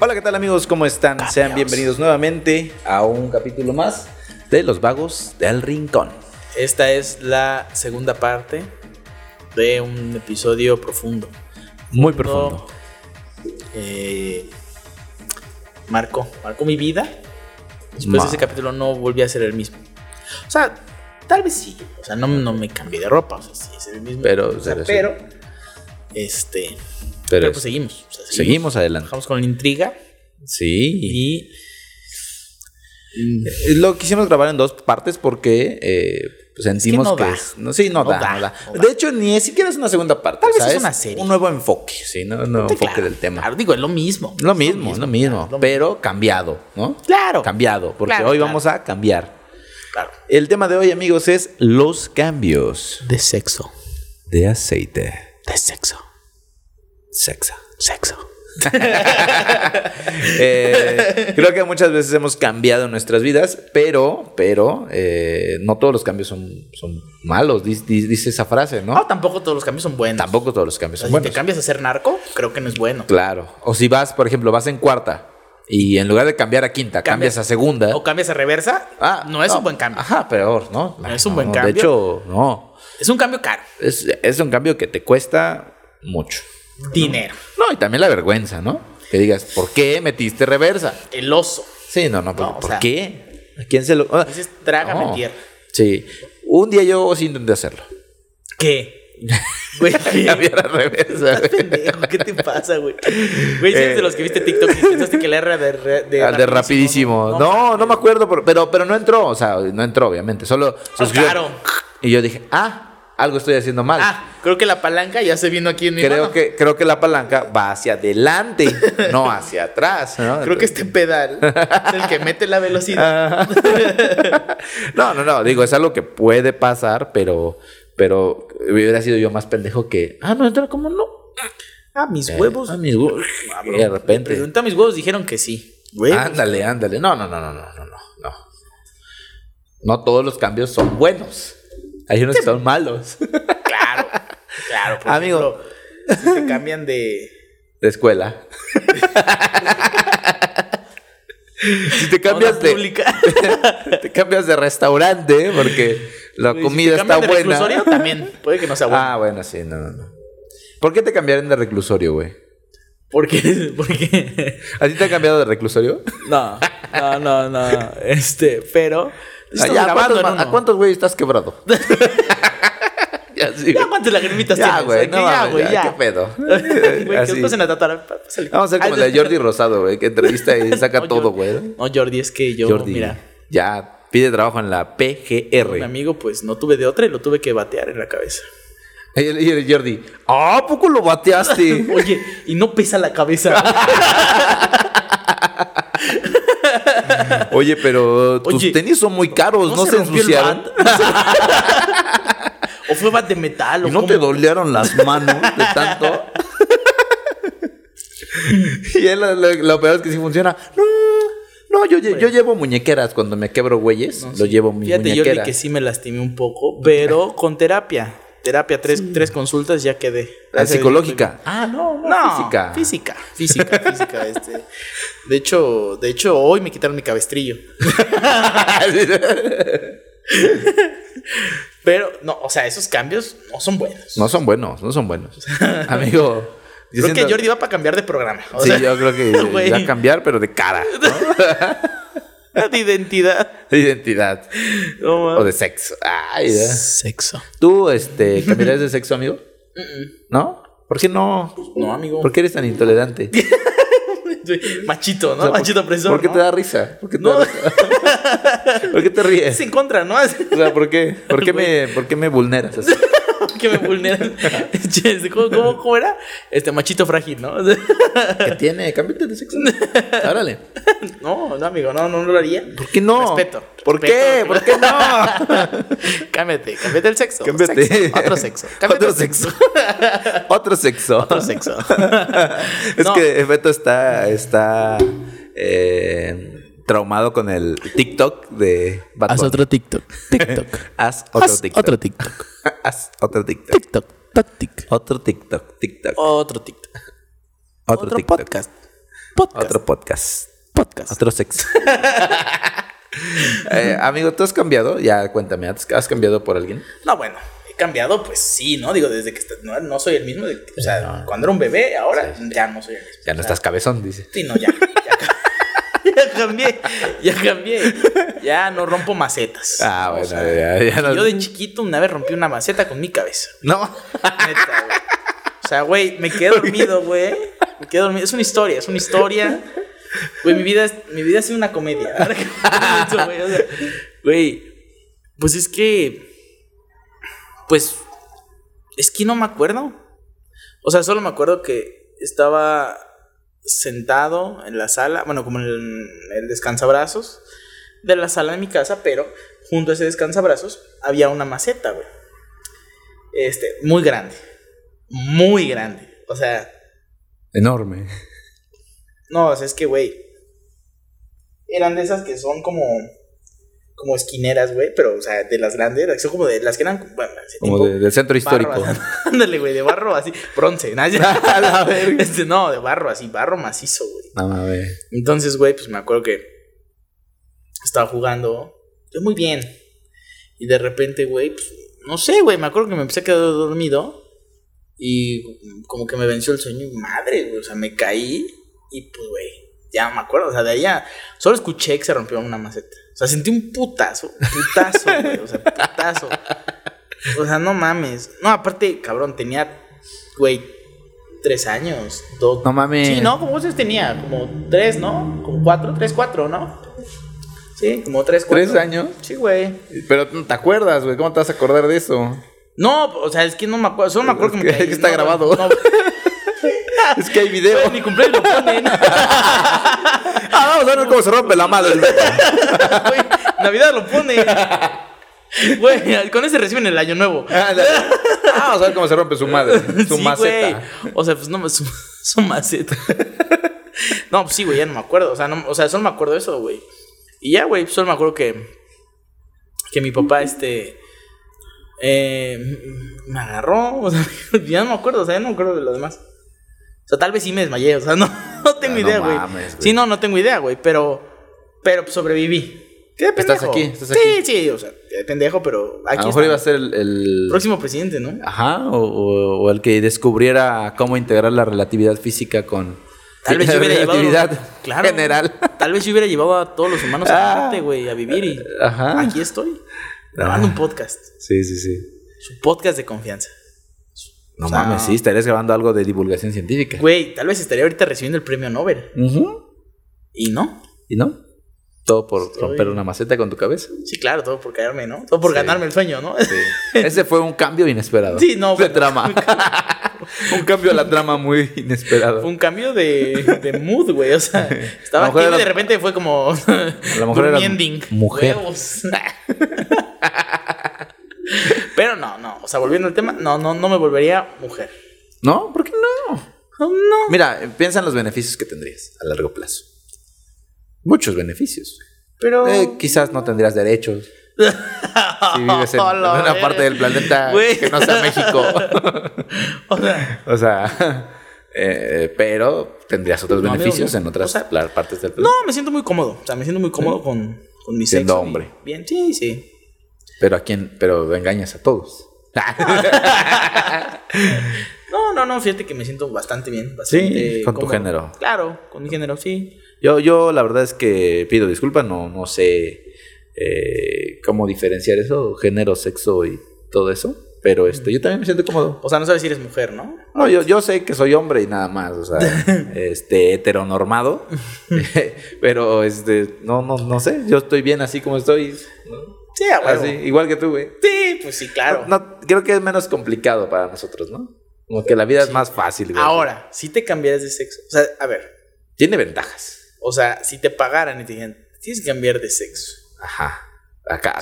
Hola, ¿qué tal amigos? ¿Cómo están? Sean bienvenidos nuevamente a un capítulo más de Los Vagos del Rincón. Esta es la segunda parte de un episodio profundo. Muy profundo. Eh, marcó, marcó mi vida. Después Ma. de ese capítulo no volví a ser el mismo. O sea, tal vez sí. O sea, no, no me cambié de ropa. O sea, sí es el mismo. Pero, o sea, pero sí. pero, este, pero, Pero pues seguimos. o sea, seguimos adelante. Dejamos con la intriga Sí. y Eh, Lo quisimos grabar en dos partes porque eh, pues, sentimos no que, da. es- no, sí, no, No da, da, no da. no da. De hecho, ni siquiera es una segunda parte. Tal vez es ¿sabes? una serie. Un nuevo enfoque, sí, ¿no? un nuevo enfoque Claro, del tema. claro, digo, es lo mismo. Lo mismo, es lo mismo, claro, lo pero cambiado, ¿no? Claro. Cambiado, porque Claro, hoy claro. vamos a cambiar. Claro. El tema de hoy, amigos, es los cambios De sexo. de aceite. De sexo. Sexa. Sexo. Eh, creo que muchas veces hemos cambiado nuestras vidas, pero, pero, eh, no todos los cambios son, son malos, dis- dis- dice, esa frase, ¿no? No, tampoco todos los cambios son buenos. Tampoco todos los O cambios sea, son si buenos. te cambias a ser narco, creo que no es bueno. Claro. O si vas, por ejemplo, vas en cuarta y en lugar de cambiar a quinta, cambias, Cambias- a segunda. O cambias a reversa, Ah, no es un buen cambio. Ajá, peor, ¿no? No es un buen De cambio. hecho, no. Es un cambio caro. Es, es un cambio que te cuesta mucho. Dinero. No, y también la vergüenza, ¿no? Que digas, ¿por qué metiste reversa? El oso. Sí, no, no, pero No, o ¿por sea, qué? ¿A quién se lo.? ah, Dices, trágame no. tierra. Sí. Un día yo sí intenté hacerlo. ¿Qué? Güey, ¿qué? Cambiar a reversa. Estás pendejo, ¿qué te pasa, güey? Güey, si eres de los que viste TikTok y pensaste que la R de, de, Al Ah, de rapidísimo. No, no, me acuerdo, por- pero, pero no entró. O sea, no entró, obviamente. Solo se escuchó- Ah, claro. Y yo dije, ah, algo estoy haciendo mal. Ah, creo que la palanca ya se vino aquí en mi creo, mano. que, creo que la palanca va hacia adelante, no hacia atrás. ¿no? Creo que este pedal es el que mete la Ah. velocidad. No, no, no. Digo, es algo que puede pasar, pero, pero hubiera sido yo más pendejo que. Ah, no entra, ¿cómo no? Ah, mis Eh, huevos. ah, mis huevos. Y de repente. Ah. Pregunté a mis huevos, dijeron que sí. Güey. Ándale, ándale. No, no, no, no, no, no, no, no. No todos los cambios son buenos. Hay unos que son malos. Claro, claro. por Amigo. ejemplo, si te cambian de. De escuela. si te cambias a una de, pública. te cambias de restaurante, porque la Güey, si comida te está cambian de buena. reclusorio, también. Puede que no sea bueno. Ah, bueno, sí, no, no, no. ¿Por qué te cambiaron de reclusorio, güey? Porque. Porque. ¿A ti te han cambiado de reclusorio? No, no, no, no. Este, pero. Ah, Estamos ya, ¿a grabando cuántos en ma- ¿A uno. cuántos, güey, estás quebrado? ya, sí, Ya, güey. ¿cuántas lagrimitas Ya, tienes? güey, Aquí, no ya, mames, güey, ya, ya. qué pedo. Güey, que Así. estás en la tatara. pásale. Vamos a hacer como Ay, la de Jordi Rosado, güey, que entrevista y saca no, todo, Jordi. güey. No, Jordi, es que yo, Jordi, mira, ya pide trabajo en la PGR. mi amigo, pues no tuve de otra y lo tuve que batear en la cabeza. Y el- y el Jordi, ah, ¿a poco lo bateaste? Oye, y no pesa la Ah, cabeza. Oye, pero tus Oye, tenis son muy caros, pues no, se, rompió el ensuciaron. bat? ¿No se- o fue bat de metal. ¿Y o no te cómo? dolieron las manos de tanto? y él, lo, lo- lo peor es que sí funciona. No, no, yo, lle- yo llevo muñequeras cuando me quebro güeyes. lo llevo en mi Fíjate, muñequera. Jordi, que sí me lastimé un poco, pero con terapia. Terapia, tres, tres consultas ya quedé. La Gracias a Dios, psicológica. estoy bien. Ah, no, no, No, física. física. Física, física, física. este. De hecho, de hecho, hoy me quitaron mi cabestrillo. Pero, no, o sea, esos cambios no son buenos. no son buenos, no son buenos. Amigo. yo Creo siento- que Jordi va para cambiar de programa. o Sí, sea, yo creo que güey, va a cambiar, pero de cara, ¿no? De identidad. De identidad. No, O mames. de sexo. Ay, ya. Sexo. ¿Tú este, cambiarías de sexo, amigo? ¿No? ¿Por qué no? No, amigo. ¿Por qué eres tan intolerante? Machito, ¿no? O sea, ¿por- Machito opresor. ¿Por qué ¿no? te da risa? ¿Por qué te, No. da risa? ¿Por qué te ríes? Es en contra, ¿no? Es- O sea, ¿por qué? ¿Por qué me, por qué me vulneras así? que me vulneran. Che, este, ¿Cómo, cómo, cómo era? Este machito frágil, ¿no? O sea, ¿Qué tiene? Cámbiate de sexo. Árale. No, no, amigo, no, no, no lo haría. ¿por qué no? Respeto. ¿Por qué? respeto. ¿Por qué no? cámbiate, cámbiate el sexo. Cámbiate. Sexo, otro sexo. Cámbiate Otro el sexo. Otro sexo. Otro sexo. Es No. que Beto está, está eh, traumado con el TikTok de Batman. Haz otro TikTok. TikTok. Haz otro Haz TikTok. Otro TikTok. Haz otro TikTok. TikTok. toc, tic. Otro TikTok. TikTok. Otro TikTok. Otro, Otro TikTok. podcast. Podcast. Otro podcast. podcast. Otro sexo. Eh, amigo, ¿tú has cambiado? Ya cuéntame, ¿has has cambiado por alguien? No, bueno, he cambiado, pues sí, ¿no? Digo, desde que est- no, no soy el mismo. de- o sea, cuando era un bebé, ahora ya no soy el mismo. Ya no estás cabezón, dice. Sí, no, ya. Ya, ca- ya cambié. Ya cambié. Ya no rompo macetas. Ah, O bueno, sea, ya, ya no. Yo de chiquito una vez rompí una maceta con mi cabeza. No. Neta, güey. O sea, güey, me quedé dormido, güey. Me quedé dormido. Es una historia, es una historia. Güey, mi vida, es- mi vida ha sido una comedia. Eso, güey, o sea, Güey, pues es que. Pues. Es que no me acuerdo. O sea, solo me acuerdo que estaba sentado en la sala, bueno, como en el, el descansabrazos de la sala de mi casa, pero junto a ese descansabrazos había una maceta, güey. Este, muy grande. Muy grande. O sea, Enorme. no, o sea, es que, güey. Eran de esas que son como. Como esquineras, güey, pero, o sea, de las grandes, son como de las que eran. Bueno, ese Como tipo, de- del centro histórico. barro, así. Ándale, güey, de barro así. Bronce, nada. A la verga. Este, no, de barro así, barro macizo, güey. No mames. Entonces, güey, pues me acuerdo que estaba jugando yo muy bien. Y de repente, güey, pues, no sé, güey, me acuerdo que me empecé a quedar dormido. Y como que me venció el sueño y madre, güey, o sea, me caí. Y pues, güey, ya me acuerdo, o sea, de allá solo escuché que se rompió una maceta. O sea, sentí un putazo, putazo, güey, o sea, putazo. O sea, no mames. No, aparte, cabrón, tenía, güey, tres años, dos, No mames. Sí, ¿no? ¿Cómo ustedes tenía? Como tres, ¿no? Como cuatro, tres, cuatro, ¿no? Sí, como tres, cuatro. ¿Tres años? Sí, güey. Pero no te acuerdas, güey. ¿Cómo te vas a acordar de eso? No, o sea, es que no me acuerdo, solo me acuerdo que me Es que- caí. que está No, grabado. No, Es que hay video. mi cumpleaños lo ponen. Ah, vamos a ver cómo se rompe la madre. Güey, Navidad lo ponen. Güey, con ese reciben el año nuevo. Ah, Vamos a ver cómo se rompe su madre. Su Sí, maceta. güey. O sea, pues no me su, su maceta. no, pues sí, güey, ya no me acuerdo. O sea, no, o sea, solo me acuerdo de eso, güey. Y ya, güey, solo me acuerdo que. Que mi papá, este. eh, me agarró. O sea, ya no me acuerdo, o sea, ya no me acuerdo de lo demás. O sea, tal vez sí me desmayé, o sea, no, no tengo Ah, no idea, güey. mames, güey. Sí, no, no tengo idea, güey, pero. Pero pues, sobreviví. ¿Qué de Estás pendejo. aquí, estás Sí, sí, o sea, qué de pendejo, pero aquí. A lo mejor está. iba a ser el. el- Próximo presidente, ¿no? Ajá, o, o- o el que descubriera cómo integrar la relatividad física con Tal vez la yo hubiera llevado- relatividad Claro. general. Tal vez yo hubiera llevado a todos los humanos Ah. a Marte, güey, a vivir y Ajá. aquí estoy grabando un podcast, Sí, sí, sí. su podcast de confianza. No O sea- mames, sí, estarías grabando algo de divulgación científica. Güey, tal vez estaría ahorita recibiendo el premio Nobel Ujú. y no. ¿Y no? Todo por Estoy- romper una maceta con tu cabeza. Sí, claro, todo por caerme, ¿no? Todo por Sí. ganarme el sueño, ¿no? Sí. Ese fue un cambio inesperado. Sí, no, De bueno. trama. un cambio a la trama muy inesperado. Fue un cambio de, de mood, güey. O sea, estaba A lo mejor aquí y era- de repente fue como. A lo mejor era mujer. Pero no, no. O sea, volviendo al tema, no, no, no me volvería mujer. ¿No? ¿Por qué no? No. Mira, eh, piensa en los beneficios que tendrías a largo plazo. Muchos beneficios. Pero. Eh, quizás no tendrías derechos si vives en, A en la una verga. parte del planeta Güey. que no sea México. O sea, o sea, eh, pero tendrías otros No, amigo, beneficios no. en otras O sea, pla- partes del no, planeta. me siento muy cómodo. O sea, me siento muy cómodo con, con mi Siendo sexo. hombre. y Bien, sí, sí. Pero a quién, pero engañas a todos. No, no, no, fíjate que me siento bastante bien. bastante con tu cómodo. género. Claro, con mi género, sí. Yo, yo la verdad es que pido disculpas, no, no sé eh, cómo diferenciar eso, género, sexo y todo eso, pero este, yo también me siento cómodo. O sea, no sabes si eres mujer, ¿no? No, yo, yo sé que soy hombre y nada más, o sea, este, heteronormado, pero este, no, no, no sé, yo estoy bien así como estoy, Sí, a huevo. así, igual que tú, güey. Sí, pues sí, claro. Ah, No, creo que es menos complicado para nosotros, ¿no? Como que la vida es más fácil, güey. Ahora, si te cambiaras de sexo, o sea, a ver, Tiene ventajas. o sea, si te pagaran y te dijeran, tienes que cambiar de sexo. Ajá. Acá,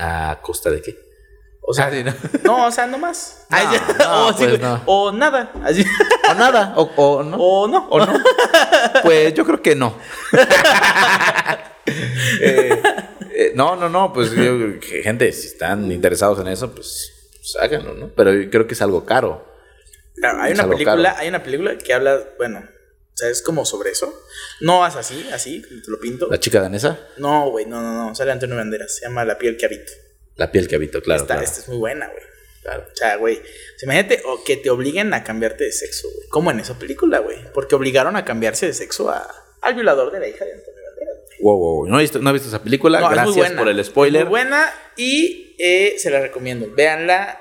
a, a costa de qué. O sea, Ah, sí, ¿no? no, o sea, no más. No, Ay, ya. no, o, sí, pues, güey. no. o nada. Así. O nada, o, o no. O no. o no. Pues yo creo que no. Eh, eh, no, no, no, pues yo, que gente, si están interesados en eso, pues, pues háganlo, ¿no? Pero yo creo que es algo caro. Claro, hay Es una algo película, caro. hay una película que habla, bueno, o sea, es como sobre eso. No vas así, así, te lo pinto. La chica danesa, No, güey, no, no, no, sale Antonio Banderas, se llama La piel que habito. la piel que habito, claro. esta, claro, esta es muy buena, güey. claro. O sea, güey, o sea, imagínate o que te obliguen a cambiarte de sexo, güey. Como en esa película, güey, porque obligaron a cambiarse de sexo a, al violador de la hija de Antonio Banderas. Wow, wow, wow. ¿No, he visto- no he visto esa película? No, es muy Gracias buena, por el es spoiler. Muy buena y eh, se la recomiendo. Véanla,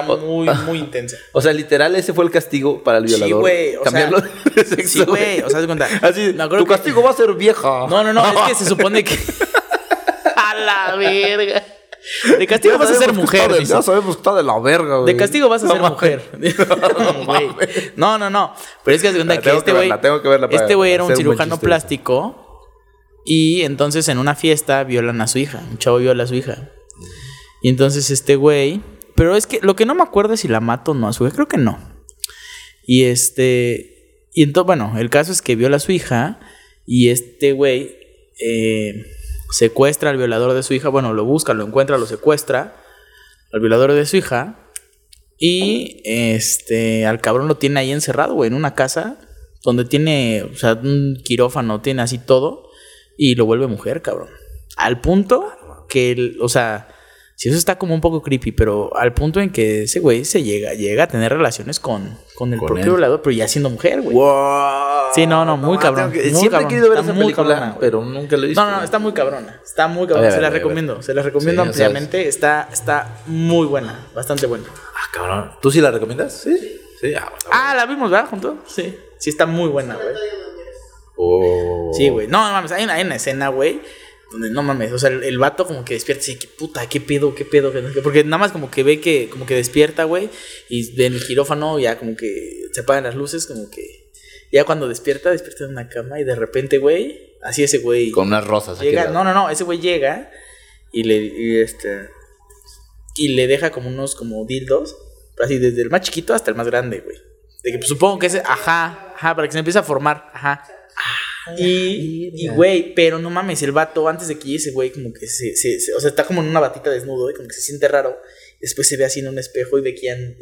muy, muy intensa. O sea, literal, ese fue el castigo para el Sí, violador. güey, o Cambiarlo sea, de sexo, Sí, güey, o sea, haz de cuenta. Así, me acuerdo tu que- castigo va a ser vieja. No, no, no, es que se supone que. a la verga. De castigo Ya vas a sabemos ser que mujer. está de- dice. Ya sabemos que está de la verga, güey. De castigo vas a No ser mames. mujer. No, güey. no, no, no. Pero es que haz de cuenta La que tengo este que güey. verla, tengo que verla para Este güey era un hacer un buen cirujano chiste. plástico. Y entonces en una fiesta violan a su hija. Un chavo viola a su hija. Y entonces este güey. Pero es que lo que no me acuerdo es si la mato o no a su hija. Creo que no. Y este. Y entonces, bueno, el caso es que viola a su hija. Y este güey. eh, secuestra al violador de su hija. Bueno, lo busca, lo encuentra, lo secuestra. Al violador de su hija. Y este, al cabrón lo tiene ahí encerrado, güey, en una casa donde tiene, o sea, un quirófano, tiene así todo. Y lo vuelve mujer, cabrón. Al punto que, el- o sea, si eso está como un poco creepy, pero al punto en que ese güey se llega, llega a tener relaciones con, con el Con propio él. violador, pero ya siendo mujer, güey. Wow. Sí, no, no, muy mames, cabrón, tengo muy siempre cabrón. he querido ver Está esa muy película, cabrona, güey. pero nunca la he visto. No, no, no, está muy cabrona. Está muy cabrona. A ver, se a la ver, a ver. recomiendo. Se la recomiendo Sí, o sea, ampliamente. está, está muy buena. Bastante buena. Ah, cabrón. ¿Tú sí la recomiendas? Sí. Sí, ah, bueno. Ah, la vimos, ¿verdad? Juntos. Sí. Sí, está muy buena, güey. Oh. Sí, güey. No, no mames, hay una, hay una escena, güey. Donde no mames, o sea, el, el vato como que despierta y dice, qué puta, qué pedo, qué pedo. que no sé qué". Porque nada más como que ve que, como que despierta, güey. Y en el quirófano ya como que se apagan las luces, como que. Ya cuando despierta, despierta en una cama y de repente, güey, así ese güey. Con unas rosas aquí. Llega, al no, lado. no, no, ese güey llega y le, y este, y le deja como unos como dildos, pero así desde el más chiquito hasta el más grande, güey. De que pues, supongo que ese, ajá, ajá, para que se empiece a formar, ajá. Y, y, güey, pero no mames, el vato antes de que llegue ese güey, como que se, se- se- o sea, está como en una batita desnudo, y como que se siente raro. Después se ve así en un espejo y ve que ya. ya-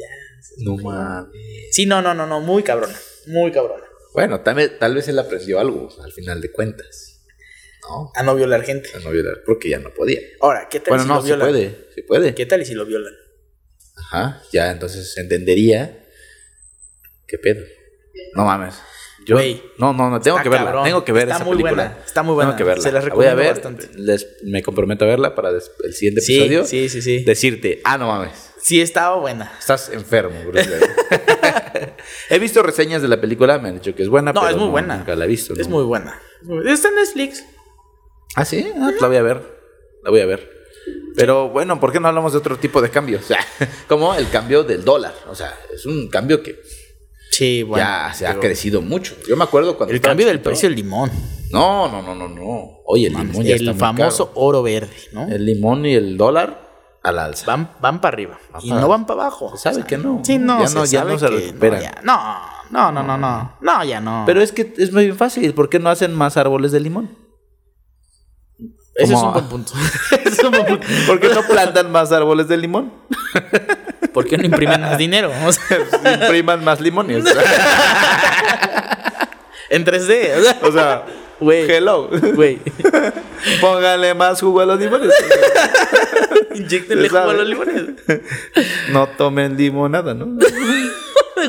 No mames. Sí, no, no, no, no, muy cabrona, muy cabrona. Bueno, tal vez, tal vez él aprendió algo al final de cuentas. ¿No? A Ah, no violar gente. A no violar, porque ya no podía. Ahora, ¿qué tal Bueno, si no, lo sí violan? puede. Sí puede. ¿Qué tal y si lo violan? Ah, Ajá. Ya entonces entendería. ¿Qué pedo? No mames. Yo, Güey. no, no, no, tengo Está que verla. cabrón. Tengo que ver Está esa muy película. buena, está muy buena. Tengo que verla. Se la voy a recomiendo ver. bastante. Les- me comprometo a verla para des- el siguiente Sí, episodio. sí, sí, sí. Decirte, ah, no mames, Sí, estaba buena. estás enfermo, Bruce Lee. he visto reseñas de la película, me han dicho que es buena. No, pero es muy buena. Nunca la he visto. Es ¿no? muy buena. Está en Netflix. Ah, sí, Ah, la voy a ver. La voy a ver. Pero bueno, ¿por qué no hablamos de otro tipo de cambios? O sea, como el cambio del dólar. O sea, es un cambio que Sí, bueno. ya se ha pero crecido mucho. Yo me acuerdo cuando. El estaba cambio del chiquito- precio del limón. No, no, no, no, no. Oye, el Mames, limón ya está el muy famoso oro verde, ¿no? caro. El limón y el dólar al alza. Van, van para arriba Van y para- no van para abajo. Se sabe que no. Sí, no, Ya se no- ya sabe no se que recuperan. ya. No, no, no, no, no. No, ya no. Pero es que es muy bien fácil. ¿Por qué no hacen más árboles de limón? Ese es como- un buen punto. Ese es un buen punto. ¿Por qué no plantan más árboles de limón? ¿Por qué no imprimen más dinero? O sea, Impriman más limones. en 3D. o sea, o sea, Güey. hello. Güey. Póngale más jugo a los limones. Inyectenle Se jugo a sabe. los limones. No tomen limonada, ¿no?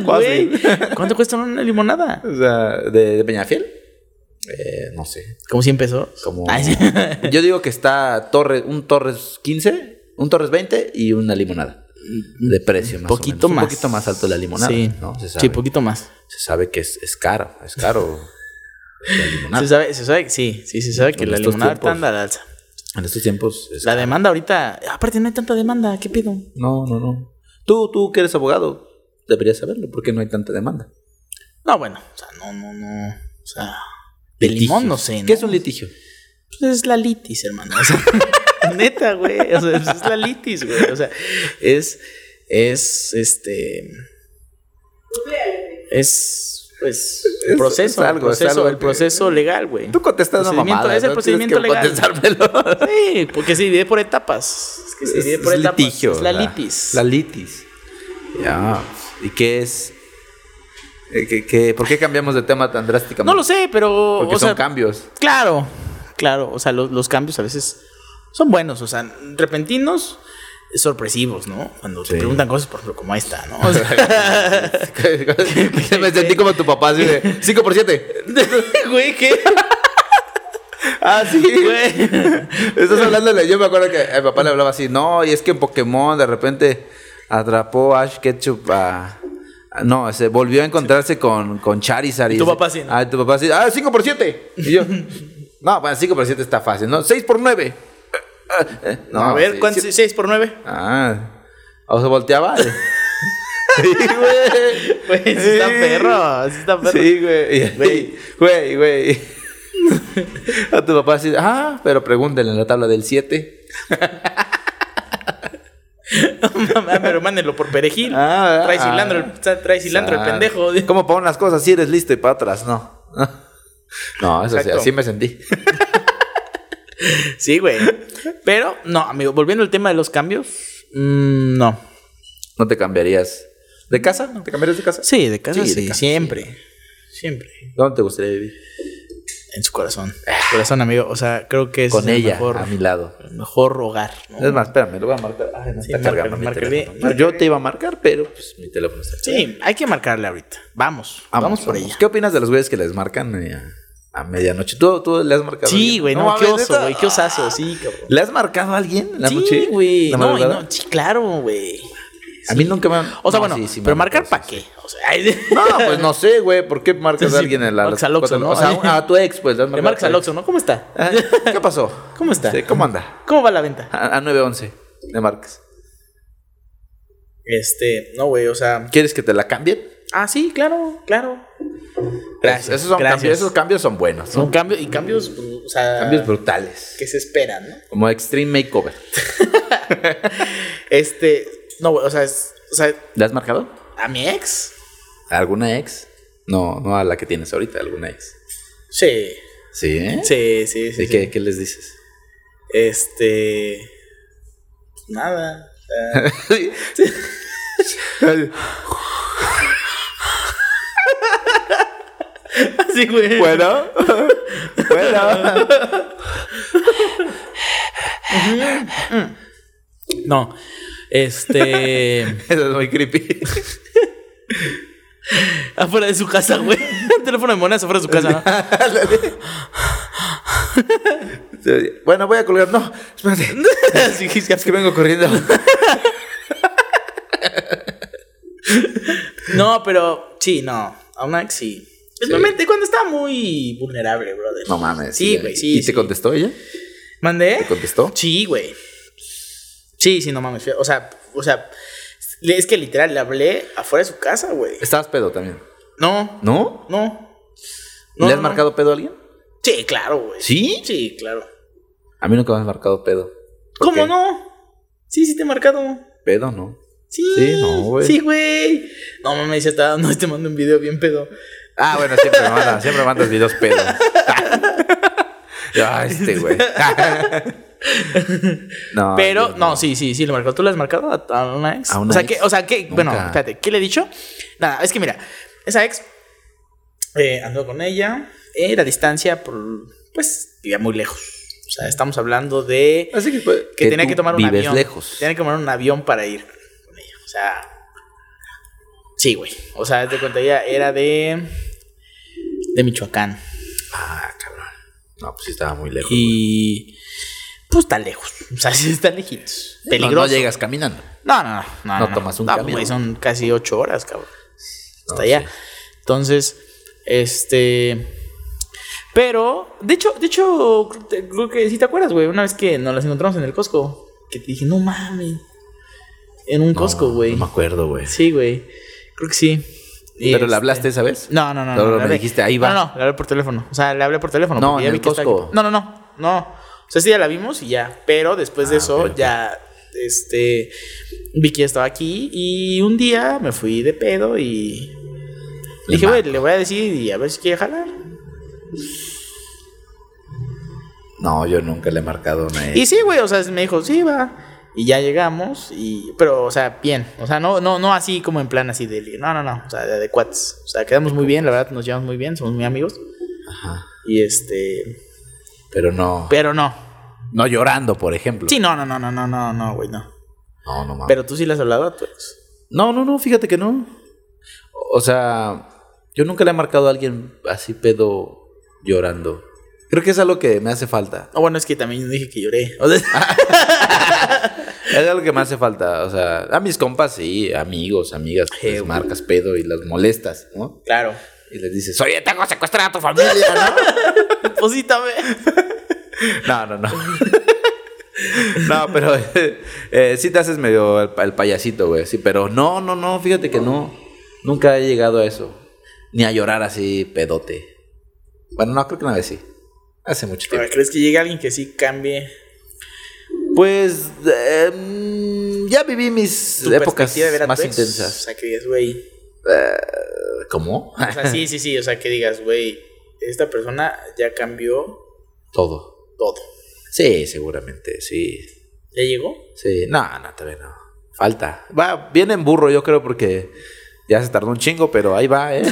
Güey. ¿Cuánto cuesta una limonada? O sea, de, de Peñafiel. Eh, no sé. ¿Cómo 100 pesos? Como. Ay, sí. Yo digo que está Torres, un Torres 15, un Torres 20 y una limonada. De precio más. o Mm, poquito menos. más. Un poquito más alto la limonada. Sí, ¿no? Se sabe. sí poquito más. se sabe que es, es caro, es caro la limonada. Se sabe, se sabe, sí, sí, se sabe que En la estos limonada tiempos. está al alza. En estos tiempos es La demanda ahorita, aparte no hay tanta demanda, ¿qué pido? No, no, no. Tú, tú que eres abogado, deberías saberlo porque no hay tanta demanda. No, bueno, o sea, no, no, no, o sea, de limón no sé, ¿no? ¿Qué es un litigio? Pues es la litis, hermano. o sea, neta, güey, o sea, pues es la litis, güey, o sea, es, es, este, es, Pues el proceso, es algo, el proceso, es algo el que- proceso legal, güey. Tú contestas una Procedimiento, mamada. es el ¿no? Tienes que procedimiento contestármelo. Sí, porque se divide por etapas. Es que se divide por es etapas. litigio, es la ¿verdad? litis. La litis. Ya. ¿Y qué es? Eh, ¿Qué, qué- por qué cambiamos de tema tan drásticamente? no lo sé, pero. Porque o son sea, cambios. Claro, claro. O sea, lo- los cambios a veces son buenos, o sea, repentinos, sorpresivos, ¿no? Cuando Sí. te preguntan cosas, por ejemplo, como esta, ¿no? O sea, Me sentí como tu papá, así de 5 por 7. güey, ¿qué? Ah, sí. Güey. Estás hablándole. Yo me acuerdo que a mi papá le hablaba así. No, y es que en Pokémon de repente atrapó a Ash Ketchup a. a- No, se volvió a encontrarse con, con Charizard. Y tu ese- papá así, ¿no? Ah, tu papá así. Ah, 5 por 7. Y yo. No, bueno, 5 por 7 está fácil, ¿no? 6 por 9. No, a ver, sí, ¿cuánto? sí. ¿6 por 9? Ah. O se volteaba. sí, güey. Güey, sí está perro, sí está perro. Sí, güey. Güey. Güey, güey. A tu papá así, ah, pero pregúntenle en la tabla del 7. Mamá, Pero mándenlo por perejil. Ah, trae ah. cilantro, el- trae cilantro el pendejo. ¿Cómo para unas cosas si eres listo y para atrás? No. No, eso sí, Exacto. así me sentí. Sí, güey. Pero, no, amigo, volviendo al tema de los cambios, mm, no. ¿No te cambiarías de casa? ¿Te cambiarías de casa? Sí, de casa Sí, sí. de casa, siempre. Siempre. ¿Dónde te gustaría vivir? En su corazón. En su corazón, amigo. O sea, creo que ese es Con ella, el mejor, a mi lado. el mejor hogar. ¿no? Es más, espérame, lo voy a marcar. Ay, no Sí, está cargando márcale, mi márcale, teléfono. márcale. Yo te iba a marcar, pero pues mi teléfono está. Sí, hay que marcarle ahorita. Vamos, vamos, por ella. ¿Qué opinas de los güeyes que les marcan eh, a, a medianoche? ¿Tú, ¿Tú le has marcado? a Sí, alguien? güey, no, qué mames, oso, neta. güey, qué osazo, sí, cabrón. ¿Le has marcado a alguien? ¿La Sí, noche? güey. ¿La No, y madrugada? no, sí, claro, güey. A mí nunca me han... O sea, No, bueno, sí, sí me pero han marcar marcado, para sí, qué. O sea, ay, sí. No, pues no sé, güey. ¿Por qué marcas Sí, a sí, alguien en la... marcas al Oxxo, cuatro- ¿no? O sea, a tu ex, pues. le has Le marcado marcas a al tu Oxxo, ¿no? ¿Cómo está? ex. Ajá. ¿Qué pasó? ¿Cómo está? Sí, ¿Cómo anda? ¿Cómo va la venta? A, a 911. Le marcas. Este, no, güey, o sea. ¿Quieres que te la cambien? Ah, sí, claro, claro. Gracias. Esos, son gracias. Cambios, esos cambios son buenos. ¿no? Son ah. cambios, y cambios, o sea. Cambios brutales. que se esperan, ¿no? Como Extreme Makeover. Este, no, güey, o sea, es- o sea, ¿Le has marcado? a mi ex. ¿A alguna ex? No, no a la que tienes ahorita, a alguna ex. Sí. ¿Sí? ¿eh? Sí, sí, sí. ¿Y sí. qué, qué les dices? Este. Nada. o sea, Así, güey. bueno, bueno. No. Este. Eso es muy creepy. afuera de su casa, güey. Teléfono de monedas afuera de su casa, ¿no? bueno, voy a colgar. No, espérate. Así que ya- Es que vengo corriendo. No, pero sí, no. A un ex sí. Es Sí. momento- cuando está muy vulnerable, brother. No mames. Sí, ya. güey, sí. ¿Y sí. te contestó ella? ¿Mandé? ¿Te contestó? Sí, güey. Sí, sí, no mames. O sea, o sea, le- es que literal le hablé afuera de su casa, güey. Estabas pedo también. No, ¿No? no. No, ¿Le has no, marcado pedo a alguien? no. Sí, claro, güey. ¿Sí? Sí, claro. A mí nunca me has marcado pedo. ¿Por ¿Cómo qué? no? Sí, sí te he marcado. Pedo no. Sí, Sí, no, güey. Sí, güey. No mames, ya está no te mando un video bien pedo. Ah, bueno, siempre me mandas, siempre me mandas videos pedos. ah, este güey. no, Pero, yo no, sí, sí, sí, lo marcó. ¿Tú le has marcado a, a una ex? Ah, ¿A una o sea, ex? que, o sea, que, bueno, Nunca. espérate, ¿qué le he dicho? Nada, es que mira, esa ex eh, andó con ella, eh, la distancia, por, pues, vivía muy lejos. O sea, estamos hablando de Así que, pues, que, tenía tú que tomar un vives avión. lejos. Tenía que tomar un avión para ir con ella. O sea, sí, güey. O sea, te cuenta, ella era de, de Michoacán. Ah, cabrón. No, pues sí estaba muy lejos. Y pues está lejos. O sea, sí está lejitos. No, No, Peligroso. llegas caminando. No, no, no. No, No tomas un camión. güey, son casi ocho horas, cabrón. No, Hasta allá. sí. Entonces, este. Pero, de hecho, de hecho, te- creo que si te acuerdas, güey, una vez que nos las encontramos en el Costco, que te dije, no mames. En un No, Costco, güey. No me acuerdo, güey. sí, güey. Creo que sí. Y Pero este- la hablaste esa vez. No, no, no. Solo no, le me hablé. dijiste, ahí va. No, no, le hablé por teléfono. O sea, le hablé por teléfono. No, en porque ya el vi que estaba Costco. aquí. No, no, no. No. O sea, sí, ya la vimos y ya. Pero después de Ah, eso, ok, ok. ya. Este. Vi que ya estaba aquí y un día me fui de pedo y. Le dije, güey, le voy a decir y a ver si quiere jalar. No, yo nunca le he marcado una. Y sí, güey, o sea, me dijo, sí, va. Y ya llegamos, y, pero, o sea, bien. O sea, no, no, no así como en plan así de... No, no, no, o sea, de, de cuates. O sea, quedamos muy bien, la verdad, nos llevamos muy bien, somos muy amigos. Ajá. Y este... Pero no. Pero no. No llorando, por ejemplo. Sí, no, no, no, no, no, no, no, güey, no. No, no mames. Ah. Pero tú sí le has hablado a tu ex. No, no, no, fíjate que no. O sea, yo nunca le he marcado a alguien así pedo llorando. Creo que es algo que me hace falta. No, Oh, bueno, es que también dije que lloré. O sea, Es algo que me hace falta. O sea, a mis compas sí, amigos, amigas, Eh, les güey. marcas pedo y las molestas, ¿no? claro. Y les dices, oye, tengo secuestrada a tu familia, ¿no? Posítame. No, no, no. No, pero eh, eh, sí te haces medio el, el payasito, güey. Sí, pero no, no, no, fíjate que no. Nunca he llegado a eso. Ni a llorar así pedote. Bueno, no, creo que una vez sí. Hace mucho tiempo. Ahora, ¿Crees que llegue alguien que sí cambie Pues eh, mm, ya viví mis tu épocas perspectiva de ver a tu más ex? O intensas. Eh, sea, que digas, güey... ¿Cómo? O sea, sí, sí, sí, o sea, que digas, güey, esta persona ya cambió Todo. todo. Sí, seguramente, sí. ¿Ya llegó? Sí, no, no, todavía no. Falta. Va, viene en burro, yo creo, porque ya se tardó un chingo, pero ahí va, ¿eh?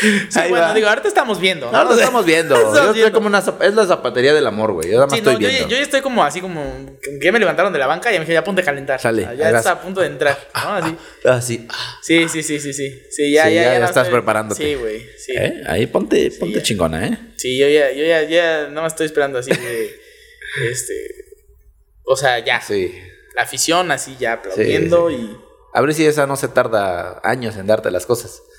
Sí, Ahí bueno, va. digo, ahorita estamos viendo. ¿no? No, lo O sea, estamos viendo. estamos Yo estoy viendo. como una zap- es la zapatería del amor, güey. Yo nada más Sí, no, estoy yo, viendo. yo ya estoy como así como que ya me levantaron de la banca y me dije, ya ponte a calentar. Sale, O sea, ahí ya vas. estás a punto de entrar, ¿no? Así. Ah, sí. Ah, Sí, sí, sí, sí, sí. Sí, ya, Sí, ya- ya, ya nada más estás estoy- preparándote. Sí, güey. Sí. ¿eh? Ahí ponte, ponte ya. chingona, ¿eh? Sí, yo ya, yo ya, ya nada más estoy esperando así de este. O sea, ya. Sí. La afición así ya aplaudiendo A ver si esa no se tarda años en darte las cosas. y.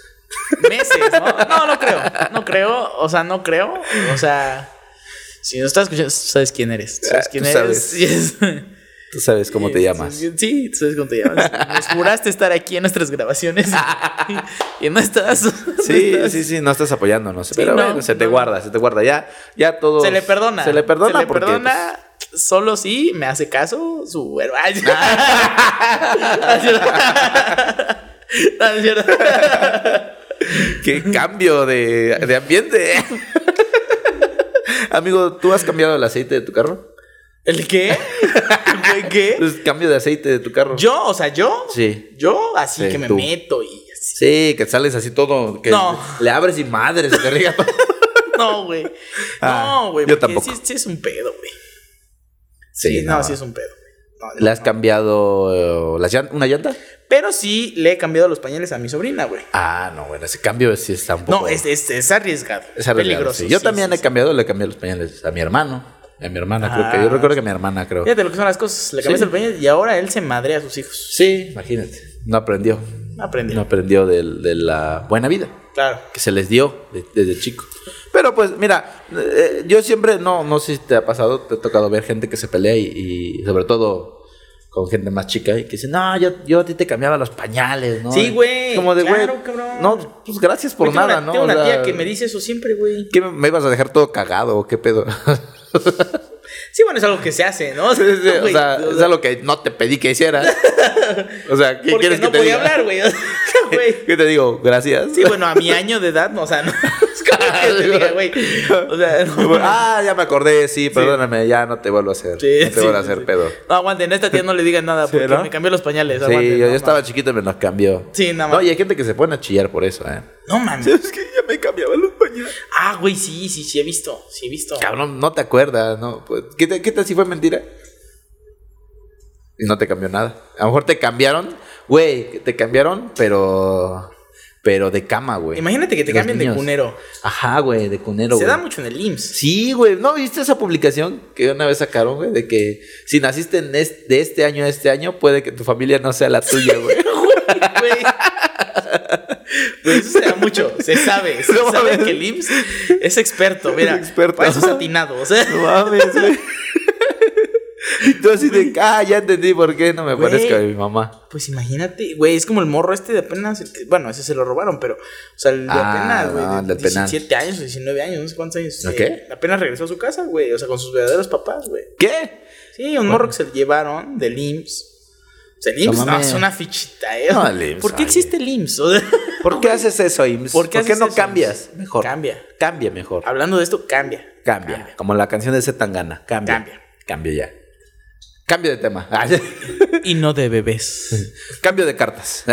Meses, ¿no? No, no creo. No creo. O sea, no creo. O sea. Si no estás escuchando, sabes quién eres. Sabes Ah, quién tú eres. sabes. Yes. Tú sabes cómo te Sí, llamas. Sí, sí, tú sabes cómo te llamas. Nos juraste estar aquí en nuestras grabaciones y, y no estás. no Sí, estás. sí, sí, no estás apoyándonos. pero no, bueno, se te no. guarda, se te guarda. Ya, ya todo. Se le perdona. Se le perdona Se le porque, pues, perdona solo si me hace caso su verbo. Ay, sí. No, es cierto. pues, Qué cambio de, de ambiente. Amigo, ¿tú has cambiado el aceite de tu carro? ¿El qué? ¿El qué? ¿Es cambio de aceite de tu carro? Yo, o sea, yo. Sí. Yo, así Sí, que me tú. meto y así. Sí, que sales así todo. Que No. Le abres y madres, te riega todo. No, güey. Ah, No, güey. yo porque tampoco. Sí, sí es un pedo, güey. Sí, no, no. sí es un pedo. güey. No, ¿Le has cambiado eh, las llan- una llanta? Pero sí le he cambiado los pañales a mi sobrina, güey. Ah, no, bueno, ese cambio sí está un poco. No, es, es, es arriesgado. es arriesgado, peligroso. sí. Yo sí, también sí, he sí. cambiado, le cambié los pañales a mi hermano. A mi hermana, creo que. Ah. Yo recuerdo que a mi hermana, creo. Fíjate lo que son las cosas. Le cambias Sí. el pañal y ahora él se madrea a sus hijos. Sí, imagínate. No aprendió. No aprendí. No aprendió del- de, la buena vida Claro. que se les dio de- desde chico. Pero pues, mira, eh, yo siempre, no, no sé si te ha pasado, te ha tocado ver gente que se pelea y, y sobre todo con gente más chica y que dice, no, yo, yo a ti te cambiaba los pañales, ¿no? Sí, güey, Como de, güey, claro, cabrón. no, pues gracias por Güey, tengo nada, una- ¿no? Tengo O una sea, tía que me dice eso siempre, güey. ¿qué me, me ibas a dejar todo cagado o qué pedo? Sí, bueno, es algo que se hace, ¿no? Sí, sí, o Güey, sea, es algo que no te pedí que hicieras. O sea, ¿qué porque quieres no que te podía diga? hablar, güey. O sea, güey. ¿Qué te digo? Gracias. Sí, bueno, a mi año de edad, no, o sea, no es como que te diga, güey. O sea, no, Ah, ya me acordé, sí, perdóname, ya no te vuelvo a hacer. Sí, no te sí, vuelvo a sí, hacer sí. pedo. No, aguanten, a esta tía no le digan nada Sí, porque ¿no? me cambió los pañales. Sí, aguanten, yo, no, yo estaba chiquito y me los cambió. Sí, nada No, más. y hay gente que se pone a chillar por eso, ¿eh? No mames. Es que ya me cambiaba los pañales. Ah, güey, sí, sí, sí, he visto. Sí, he visto. Cabrón, no te acuerdas, ¿no? Pues, ¿qué, te- ¿Qué tal si fue mentira? Y no te cambió nada. A lo mejor te cambiaron, güey, te cambiaron, pero. Pero de cama, güey. Imagínate que te Los cambien de niños. cunero. Ajá, güey, de cunero, Se güey. da mucho en el IMSS. Sí, güey. ¿No viste esa publicación que una vez sacaron, güey? De que si naciste en es- de este año a este año, puede que tu familia no sea la tuya, güey. Güey. Güey, eso se da mucho. Se sabe. Se No sabe mames. que el IMSS es experto. Mira, Es experto. para ¿eh? eso es atinado. O sea, No mames, güey. Y tú así de, ah, ya entendí por qué no me Güey. parezco a mi mamá. pues imagínate, güey, es como el morro este de apenas. el que- Bueno, ese se lo robaron, pero. O sea, el de Ah, apenas, güey. no, el de del penal. 17 años, 19 años, no sé cuántos años. ¿Ok? eh, apenas regresó a su casa, güey. O sea, con sus verdaderos papás, güey. ¿Qué? Sí, un morro que se lo llevaron del IMSS. El IMSS no, Tómame. es una fichita, ¿eh? No, el IMSS, ¿Por qué oye. existe el IMSS? O sea, ¿Por qué haces eso, IMSS? ¿Por qué, haces no eso? cambias? Mejor. Cambia. Cambia mejor. Hablando de esto, cambia. Cambia. Como la canción de Zetangana. Cambia. Cambia. Cambia. Cambia ya. Cambio de tema. Y no de bebés. Cambio de cartas.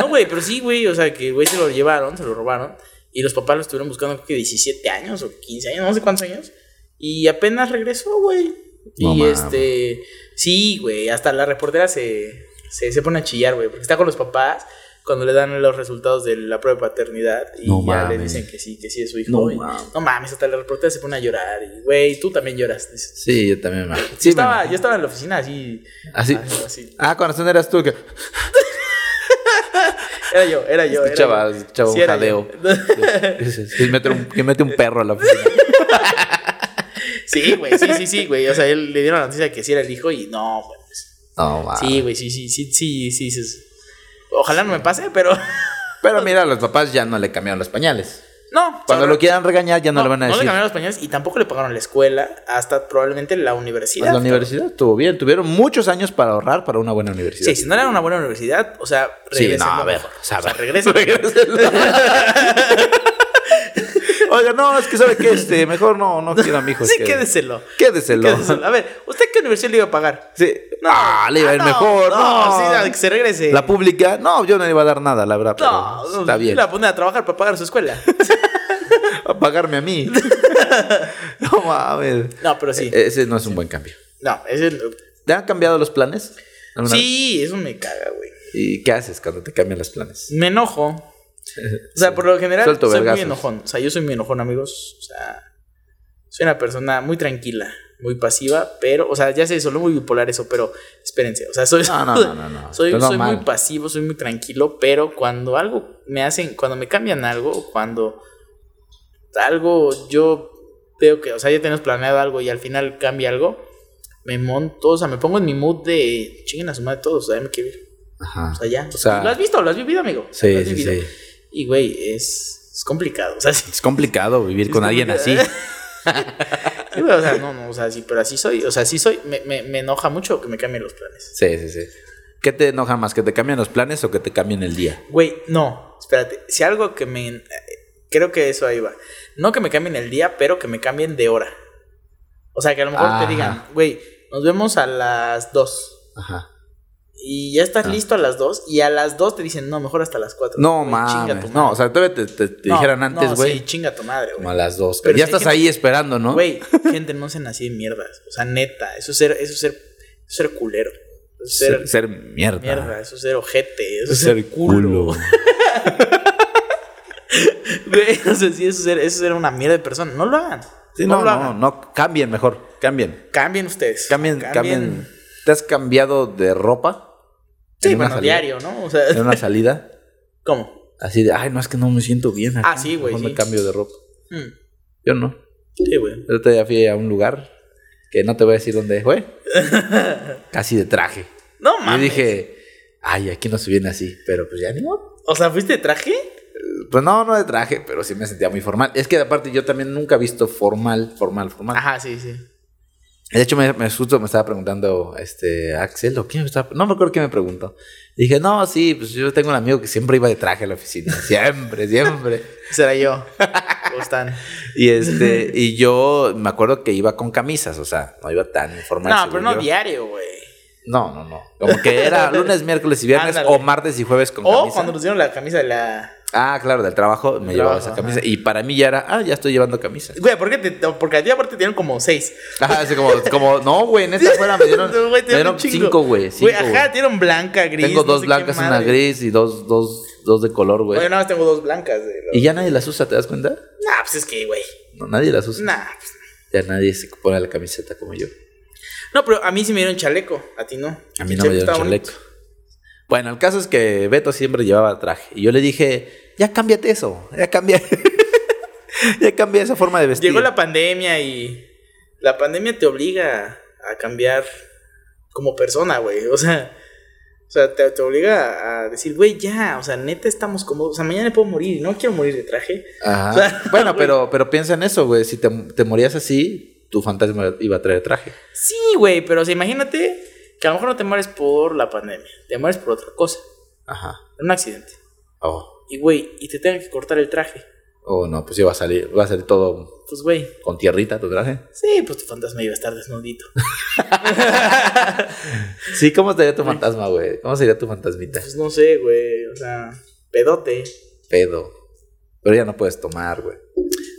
no, güey, pero sí, güey. O sea, que güey se lo llevaron, se lo robaron. Y los papás lo estuvieron buscando, creo que 17 años o 15 años, no sé cuántos años. Y apenas regresó, güey. No Y mames. este. Sí, güey. Hasta la reportera se, se, se pone a chillar, güey. Porque está con los papás cuando le dan los resultados de la prueba de paternidad. Y No ya le mames. dicen que sí, que sí es su hijo. No No, mames. mames. no mames, hasta la reportera se pone a llorar. Y, güey, tú también lloras. Dices, sí, yo también me yo, sí, estaba, me- yo estaba en la oficina así. Así. así. Ah, corazón eras tú. que- Era yo, era yo. Era Escuchaba, yo. escuchaba un Sí, era jaleo. yo. Sí, sí, mete un- Que mete un perro a la oficina. Sí, güey, sí, sí, sí, güey. O sea, él- le dieron la noticia que sí era el hijo y no, güey. pues, No, mames. Sí, güey, sí, sí, sí, sí, sí. sí, sí. Ojalá no me pase, pero. Pero mira, los papás ya no le cambiaron los pañales. No. Cuando o sea, lo quieran regañar, ya no, le van a No le decir. cambiaron los pañales y tampoco le pagaron la escuela hasta probablemente la universidad. Pues la universidad estuvo bien. Tuvieron muchos años para ahorrar para una buena universidad. Sí, si no era una buena universidad, o sea, Sí, no, regrésenlo a ver. mejor. O sea, a ver. regresen. Oiga, no, es que sabe que este, mejor no, no quiero a mi hijo. Sí, que- quédeselo. Quédeselo. Quédeselo. A ver, ¿usted qué universidad le iba a pagar? Sí. Ah, le iba a ir Ah, no, mejor. No, sí, nada, que se regrese. La pública, no, yo no le iba a dar nada, la verdad. No, pero está bien. La ponen a trabajar para pagar su escuela. A pagarme a mí. no mames. No, pero sí. E- Ese no es un buen cambio. No, ese es. ¿Te han cambiado los planes? alguna vez? Sí, eso me caga, güey. ¿Y qué haces cuando te cambian los planes? Me enojo. O sea, por lo general Suelto soy vergazos. muy enojón. O sea, yo soy muy enojón, amigos. O sea, soy una persona muy tranquila, muy pasiva, pero, o sea, ya se solo muy bipolar eso, pero espérense. O sea, soy, No, no, no, no, no. soy, Es soy normal. muy pasivo, soy muy tranquilo, pero cuando algo me hacen, cuando me cambian algo, cuando algo yo veo que, o sea, ya tenemos planeado algo y al final cambia algo, me monto, o sea, me pongo en mi mood de chinguen a su madre todos, o sea, ya me quiero ir. Ajá. O sea, ya. O sea, lo has visto, lo has vivido, amigo. Lo Sí, has sí, vivido. sí. Y, güey, es, es complicado. O sea, sí, Es complicado vivir Es con alguien así. complicado. sí, güey, o sea, no, no, o sea, sí, pero así soy. O sea, sí soy. Me, me, me enoja mucho que me cambien los planes. Sí, sí, sí. ¿Qué te enoja más? ¿Que te cambien los planes o que te cambien el día? Güey, no, espérate. Si algo que me. eh, Creo que eso ahí va. No que me cambien el día, pero que me cambien de hora. O sea, que a lo mejor Ajá. te digan, güey, nos vemos a las 2. Ajá. Y ya estás Ah. listo a las 2. Y a las 2 te dicen, no, mejor hasta las 4. No mames. No, o sea, todavía te, te- te dijeran antes, güey. sí, chinga tu madre, güey. como a las dos. Pero ya sí hay estás ahí esperando, ¿no? Güey, gente, no sean así de mierdas. O sea, neta, eso es ser, eso es ser, eso es ser culero. Eso es ser, ser, ser mierda. mierda, eso es ser ojete, eso es Ser, culo. Güey, o sea, sí, eso es ser, eso es ser una mierda de persona. No lo hagan. Sí, no, no, no, lo hagan. no. Cambien mejor. Cambien. Cambien ustedes. Cambien, cambien. ¿Te has cambiado de ropa? Sí, En una bueno, salida- diario, ¿no? O sea, En una salida. ¿cómo? Así de, ay, no, es que no me siento bien. Ah, sí, güey, mejor me sí. cambio de ropa. Mm, Yo no. Sí, güey. El otro día fui a un lugar que no te voy a decir dónde fue. Casi de traje. No Yo mames. dije, ay, aquí no se viene así, pero pues ya ni modo. O sea, ¿fuiste de traje? Pues no, no de traje, pero sí me sentía muy formal. Es que aparte yo también nunca he visto formal, formal, formal. Ajá, sí, sí. De hecho, me, me justo me estaba preguntando, este, Axel, ¿o quién me estaba? No recuerdo quién me preguntó. Dije, no, sí, pues yo tengo un amigo que siempre iba de traje a la oficina. Siempre, siempre. Será yo. ¿Cómo están? Y este, y yo me acuerdo que iba con camisas, o sea, no iba tan informal. No, según pero no yo. diario, güey. No, no, no. Como que era lunes, miércoles y viernes, Ándale. o martes y jueves con O camisa. cuando nos dieron la camisa de la. Ah, claro, del trabajo me Del llevaba trabajo, esa camisa. Y para mí ya era, ah, ya estoy llevando camisa. Güey, ¿por qué te, porque a ti aparte te dieron como seis. Ajá, así como, como, no, güey, en esta fuera me dieron, No, güey, te me dieron un chingo. cinco, güey. Cinco, Güey, ajá, te dieron blanca, güey. gris. Tengo no dos sé qué blancas, una madre. gris y dos, dos, dos de color, güey. Oye, nada más tengo dos blancas. De los- Y ya nadie las usa, ¿te das cuenta? Nah, pues es que, güey. No, nadie las usa. Nah. pues- Ya nadie se pone la camiseta como yo. No, pero a mí sí me dieron chaleco. A ti no. A mí El no me dieron estaba chaleco. bonito. Bueno, el caso es que Beto siempre llevaba traje. Y yo le dije, ya cámbiate eso. Ya cambia. ya cambia esa forma de vestir. Llegó la pandemia y. La pandemia te obliga a cambiar como persona, güey. O sea. O sea, te, te obliga a decir, güey, ya. O sea, neta estamos cómodos. O sea, mañana me puedo morir. No quiero morir de traje. Ajá. O sea, bueno, güey. pero, pero piensa en eso, güey. Si te, te morías así, tu fantasma iba a traer traje. Sí, güey, pero o sea, imagínate Que a lo mejor no te mueres por la pandemia, te mueres por otra cosa, Ajá. un accidente. Oh. Y güey, y te tengan que cortar el traje. Oh, no, pues sí va a salir, va a salir todo Pues güey, con tierrita tu traje. sí, pues tu fantasma iba a estar desnudito. Sí, ¿cómo sería tu fantasma, güey? ¿Cómo sería tu fantasmita? Pues no sé, güey, o sea, pedote, Pedo. Pero ya no puedes tomar, güey.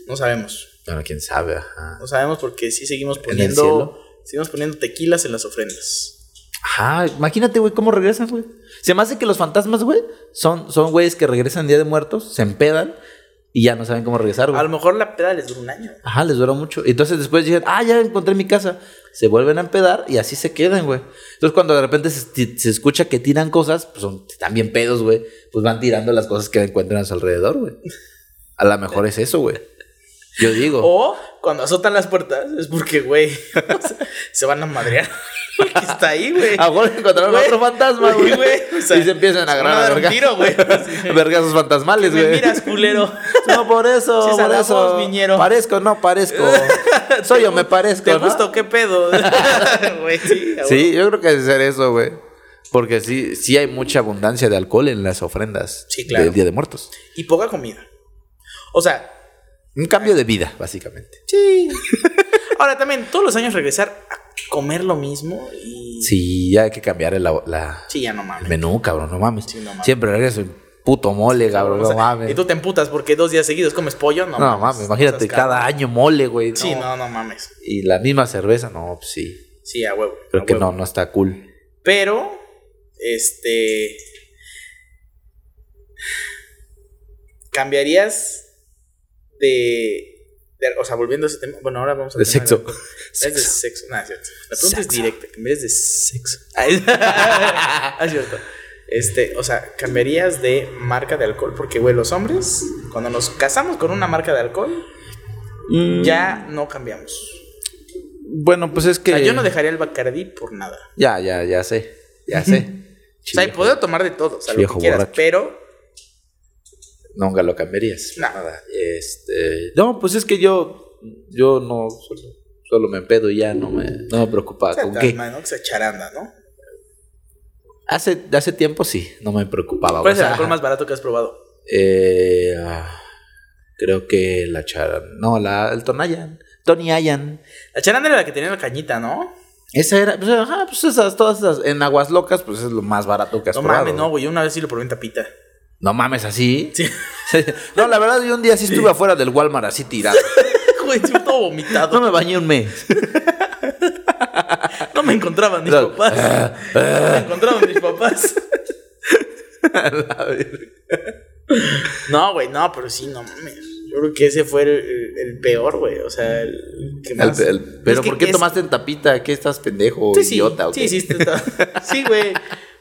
no sabemos. Bueno, quién sabe, ajá. No sabemos porque sí seguimos ¿En el poniendo seguimos poniendo tequilas en las ofrendas. Ajá, imagínate, güey, cómo regresan, güey. Se me hace que los fantasmas, güey, son, son güeyes que regresan Día de Muertos, se empedan y ya no saben cómo regresar, A güey. lo mejor la peda les dura un año. Ajá, les dura mucho. Entonces después dicen, ah, ya encontré mi casa. Se vuelven a empedar y así se quedan, güey. Entonces cuando de repente se, ti- se escucha que tiran cosas, pues son también pedos, güey. Pues van tirando las cosas que encuentran a su alrededor, güey. A lo mejor es eso, güey. Yo digo. O cuando azotan las puertas es porque, güey, o sea, se van a madrear. Porque está ahí, güey. A vos encontraron Güey, otro fantasma, güey, güey. güey, o sea, y se empiezan a se van agarrar a a dar un verga. tiro, güey. Vergazos fantasmales, Me güey. miras, culero. No, por eso, Sí, por Sadafos, eso. viñero. Parezco, no parezco. Soy yo, me parezco, ¿Te ¿no? gusto? ¿Qué pedo? Güey, sí, a huevo. Sí, yo creo que es ser eso, güey. Porque sí, sí hay mucha abundancia de alcohol en las ofrendas Sí, claro. del Día de Muertos. Y poca comida. O sea, Un cambio de vida, básicamente. sí. Ahora también, todos los años regresar a comer lo mismo y. Sí, ya hay que cambiar el, la- la- Sí, ya no el mames. menú, cabrón, no mames. Sí, no mames. Siempre regreso un puto mole, cabrón, O sea, no mames. Y tú te emputas porque dos días seguidos comes pollo, no, no, mames, imagínate, Estás cabrón. cada año mole, güey. Sí, no, no mames. Y la misma cerveza, no, pues sí. Sí, a huevo. Creo a que Ah, huevo. no, no está cool. Pero, este. ¿Cambiarías de, de- O sea, volviendo a ese tema. Bueno, ahora vamos a. De sexo. Es de Sexo. sexo. Nada, es cierto. La pregunta es Sexo. directa. ¿Cambiarías de sexo? Ah, es- Ah, es cierto. Este, o sea, ¿cambiarías de marca de alcohol? Porque, güey, los hombres, cuando nos casamos con una marca de alcohol, Mm. Mm, ya no cambiamos. Bueno, pues es O que. sea, yo no dejaría el Bacardí por nada. Ya, ya, ya sé. Ya sé. O sea, y Chile, puedo tomar de todo, o sea, lo Viejo que quieras, borracho. pero Nunca lo cambiarías. No. Nada. Este. No, pues es que yo. Yo no. Solo, solo me empedo y ya no me, no me preocupa. O sea, ¿Con tal, qué? mano, que sea charanda, ¿no? Hace, hace tiempo sí, no me preocupaba. Ah, o ¿Cuál es el sea, alcohol más barato que has probado? eh, ah, creo que la chara. No, la, el Tonayan. Tony Ayan. La charanda era la que tenía la cañita, ¿no? Esa era, pues, ajá, pues esas, todas esas, en Aguas Locas, pues es lo más barato que has No probado. mames, no, güey. Yo una vez sí lo probé en tapita. No mames, así. Sí. No, la verdad, yo un día sí estuve afuera del Walmart así tirado. Güey, estuve todo No vomitado. me bañé un mes. No me encontraban mis No. Ah, papás. No me encontraban mis papás. No, güey, no, pero sí, no mames. Yo creo que ese fue el, el- el peor, güey. O sea, el que más. Pues El- el- pero Es que ¿por qué es- tomaste en tapita? ¿Qué estás pendejo, Sí, sí, idiota? o qué? sí, sí, está- está- sí, güey.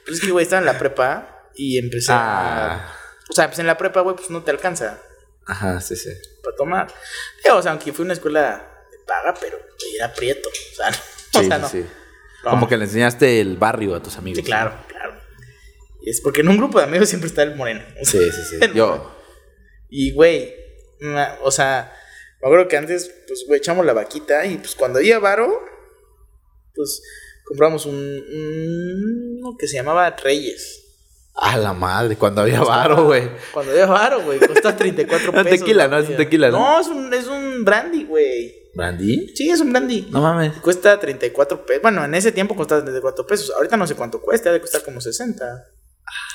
Pues es que, güey, estaba en la prepa y empecé a- Ah. O sea, pues en la prepa, güey, pues no te alcanza. Ajá, sí, sí. para tomar. Digo, o sea, aunque fue una escuela de paga, pero güey, era prieto. O sea, no. o Sí, sea, sí, no. sí. No. Como que le enseñaste el barrio a tus amigos. Sí, claro, claro. Y es porque en un grupo de amigos siempre está el moreno. O sea, Sí, sí, sí. Yo. Y, güey, na- o sea, me acuerdo que antes, pues, güey, echamos la vaquita y, pues, cuando había varo, pues, compramos un, un- uno que se llamaba Reyes. A la madre, cuando había varo, güey. Cuando había varo, güey, costaba 34 No, pesos. Ah, tequila, la no, es un botella. tequila, ¿no? No, es un, es un brandy, güey. ¿Brandy? Sí, es un brandy. No mames. Cuesta 34 pesos. Bueno, en ese tiempo costaba 34 pesos. Ahorita no sé cuánto cuesta, ha de costar como 60.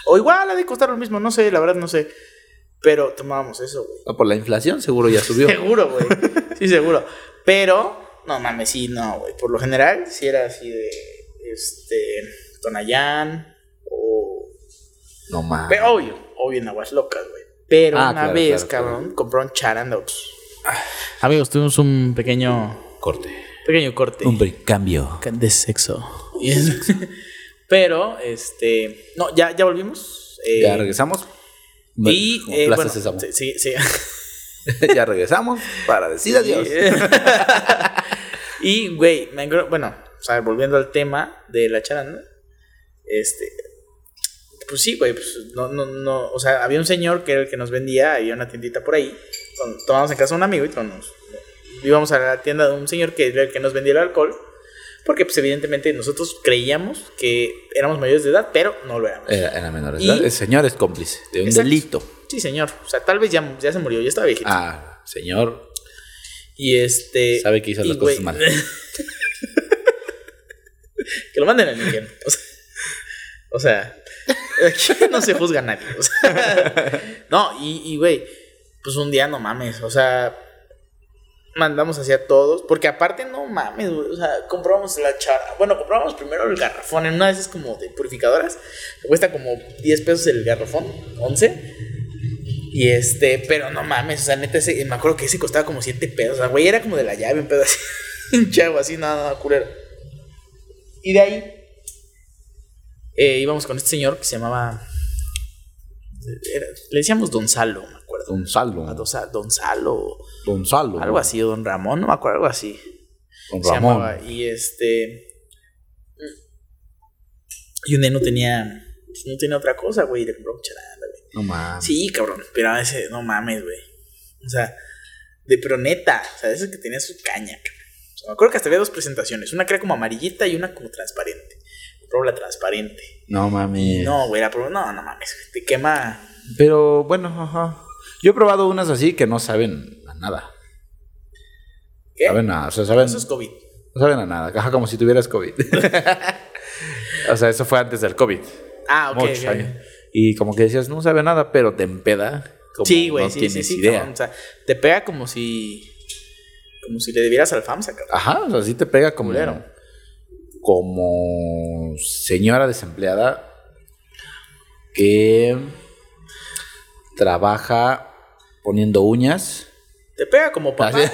O igual ha de costar lo mismo, no sé, la verdad no sé. Pero tomábamos eso, güey. No, por la inflación seguro ya subió. Seguro, güey. Sí, seguro. Pero, no mames, sí, no, güey. Por lo general, si era así de. Este. Tonayán. O. No mames. Pero obvio, obvio en aguas locas, güey. Pero Ah, una claro, vez, claro, claro. cabrón, compraron charanda. Amigos, tuvimos un pequeño. Corte. Pequeño corte. Un bri- cambio. de sexo. Y es- Pero, este. No, ya, ya volvimos. Eh, Ya regresamos. Y, Como eh, Plaza bueno, Sésamo. sí, sí, sí. ya regresamos para decir adiós. Y, güey, me acuerdo- bueno, o sea, volviendo al tema de la charanda, este, pues sí, güey, pues no, no, no, o sea, había un señor que era el que nos vendía, había una tiendita por ahí, con- tomábamos en casa de un amigo y con- nos- íbamos a la tienda de un señor que era el que nos vendía el alcohol, Porque, pues, evidentemente, nosotros creíamos que éramos mayores de edad, pero no lo éramos. Era, era menor de Y- edad. El señor es cómplice de un Exacto. delito. Sí, señor. O sea, tal vez ya, ya se murió, ya estaba viejito. Ah, señor, Y este. sabe que hizo y, las cosas güey, mal. que lo manden al infierno. O sea, o sea, aquí no se juzga a nadie. o sea. no, y, y, güey, pues un día no mames. O sea, mandamos hacia todos. Porque aparte, no mames, güey. O sea, compramos la chara. Bueno, compramos primero el garrafón. En una de esas como de purificadoras. que Cuesta como 10 pesos el garrafón, 11. Y este, pero no mames, o sea, neta, ese- me acuerdo que ese costaba como 7 pesos. O sea, güey, era como de la llave, un pedo así. Un chavo así, nada, nada, culero. Y de ahí eh, íbamos con este señor que se llamaba. era- le decíamos Don Salo, me acuerdo. A Gonzalo. Don Sa- Don Salo, Gonzalo. algo así, o Don Ramón, no me acuerdo, algo así. Don Se Ramón. llamaba. eh. Y este. Y un día no tenía. No tenía otra cosa, güey. y Le compró charanda, güey. No mames. Sí, cabrón. Pero a veces, no mames, güey. O sea, de pero neta. O sea, ese que tenía su caña, cabrón. O sea, me acuerdo que hasta había dos presentaciones. Una que era como amarillita y una como transparente. Probó la transparente. No mames. No, güey, la probó. No, no mames. güey, Te quema. Pero bueno, ajá. Yo he probado unas así que no saben a nada. ¿Qué? Saben a, o sea, saben, Eso es COVID. no saben a nada. Ajá, como si tuvieras COVID. o sea, eso fue antes del COVID. Ah, ok. Muchos ok. años. Y como que decías, no sabe a nada, pero te empeda. como Sí, güey, no sí, sí, tienes sí. idea. cabrón, o sea, te pega como si. Como si le debieras al FAMSA, cabrón. Ajá, o sea, sí te pega como, Culero. como señora desempleada que trabaja poniendo uñas. Te pega Ah, como papá. Así.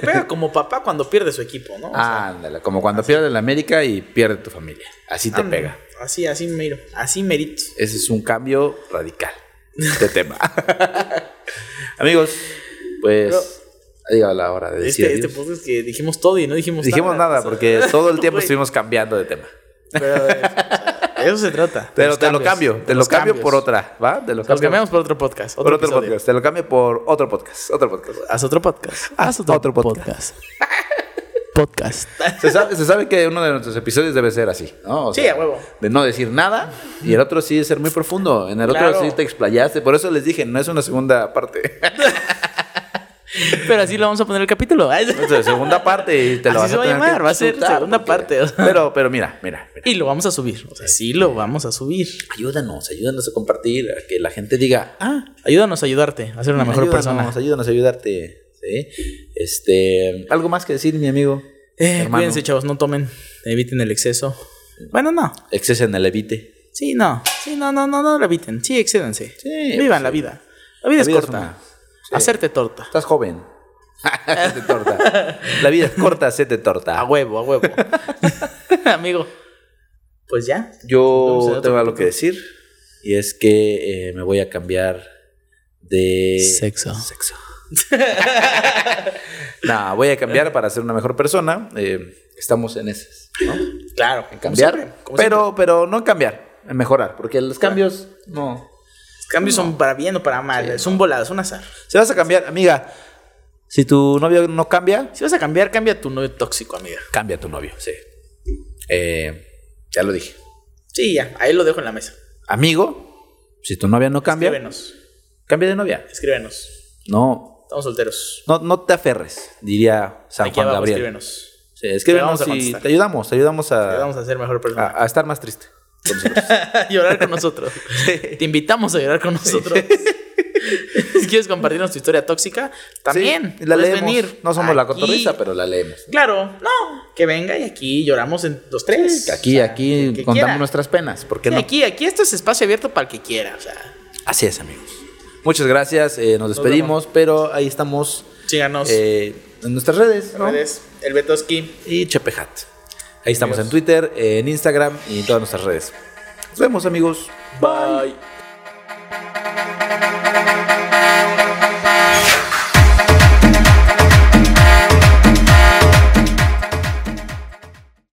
pega como papá cuando pierde su equipo, ¿no? O sea, Ándale, como cuando pierdes la América y pierde tu familia. Así te ándale, pega. ah, Así, así miro. Así merito. Ese es un cambio radical de tema. Amigos, pues ha llegado la hora de decir Este, este adiós. podcast que dijimos todo y no dijimos Dijimos nada o sea, porque todo el tiempo güey, estuvimos cambiando de tema. pero, eh, o sea, de eso se trata. Pero los te lo cambios, cambio, de te lo los cambio cambios. por otra, ¿va? Te lo Los cambiamos, cambio por otro podcast. por otro episodio. podcast. Te lo cambio por otro podcast, otro podcast. Haz otro podcast. Haz otro, otro podcast. Podcast. Se sabe, se sabe que uno de nuestros episodios debe ser así, ¿no? O Sí, a huevo. De no decir nada y el otro sí es ser muy profundo. En el Claro. otro sí te explayaste. Por eso les dije, no es una segunda parte. Pero así lo vamos a poner el capítulo. Ay, Es una segunda parte y te lo Así vas se a va a tener que llamar, va a ser chutar, segunda porque- parte, o sea. Pero, pero mira, mira, mira. Y lo vamos a subir. O sea, sí lo vamos a subir. Ayúdanos, ayúdanos a compartir, a que la gente diga, ah, Ayúdanos a ayudarte a ser una mejor ayúdanos, persona. Ayúdanos a ayudarte. ¿sí? Este, algo más que decir, mi amigo. Eh, hermano? cuídense, chavos, no tomen. Eviten el exceso. Bueno, no. Excesen el evite. Sí, no. Sí, no, no, no, no lo eviten. Sí, excédense. Sí, Vivan pues, la vida. La vida es vida es corta. una- sí. Hacerte torta. Estás joven. Hacete torta. La vida es corta, se te A torta. huevo, a huevo. Amigo. Pues ya. Vamos a Yo otro tengo algo que decir. Y es que eh, me voy a cambiar de Sexo. sexo. no, voy a cambiar para ser una mejor persona. Eh, estamos en esas. ¿no? Claro. En como cambiar. siempre, como pero, pero no en cambiar, en mejorar. Porque los cambios no. Los cambios son para bien o para mal. es un volado, es un azar. Si vas a cambiar, amiga, si tu novio no cambia, Si vas a cambiar, cambia a tu novio tóxico, amiga. cambia tu novio, sí. Eh, ya lo dije. Sí, ya. Ahí lo dejo en la mesa. Amigo, si tu novia no cambia, Escríbenos. cambia de novia. Escríbenos. No, Estamos solteros. no, no te aferres, diría San Aquí Juan abajo, Gabriel. escríbenos. Sí, escríbenos Te vamos a y contestar. te ayudamos, te ayudamos Te a, vamos a hacer mejor persona. a- a estar más triste. Ah. llorar con nosotros. Te invitamos a llorar con nosotros. si quieres compartirnos tu historia tóxica, también. Sí, la puedes leemos. venir No somos la aquí. cotorriza, pero la leemos. Claro, no. Que venga y aquí lloramos en los tres. Aquí, O sea, aquí el que contamos quiera. nuestras penas, ¿por qué Sí, no? Aquí, aquí esto es espacio abierto para el que quiera. O sea, Así es, amigos. Muchas gracias, eh, nos despedimos, pero ahí estamos síganos. eh, en nuestras redes, ¿no? redes, el Betoski. y Chepejat. Ahí estamos Amigos. en Twitter, en Instagram y en todas nuestras redes. Nos vemos, amigos. Bye.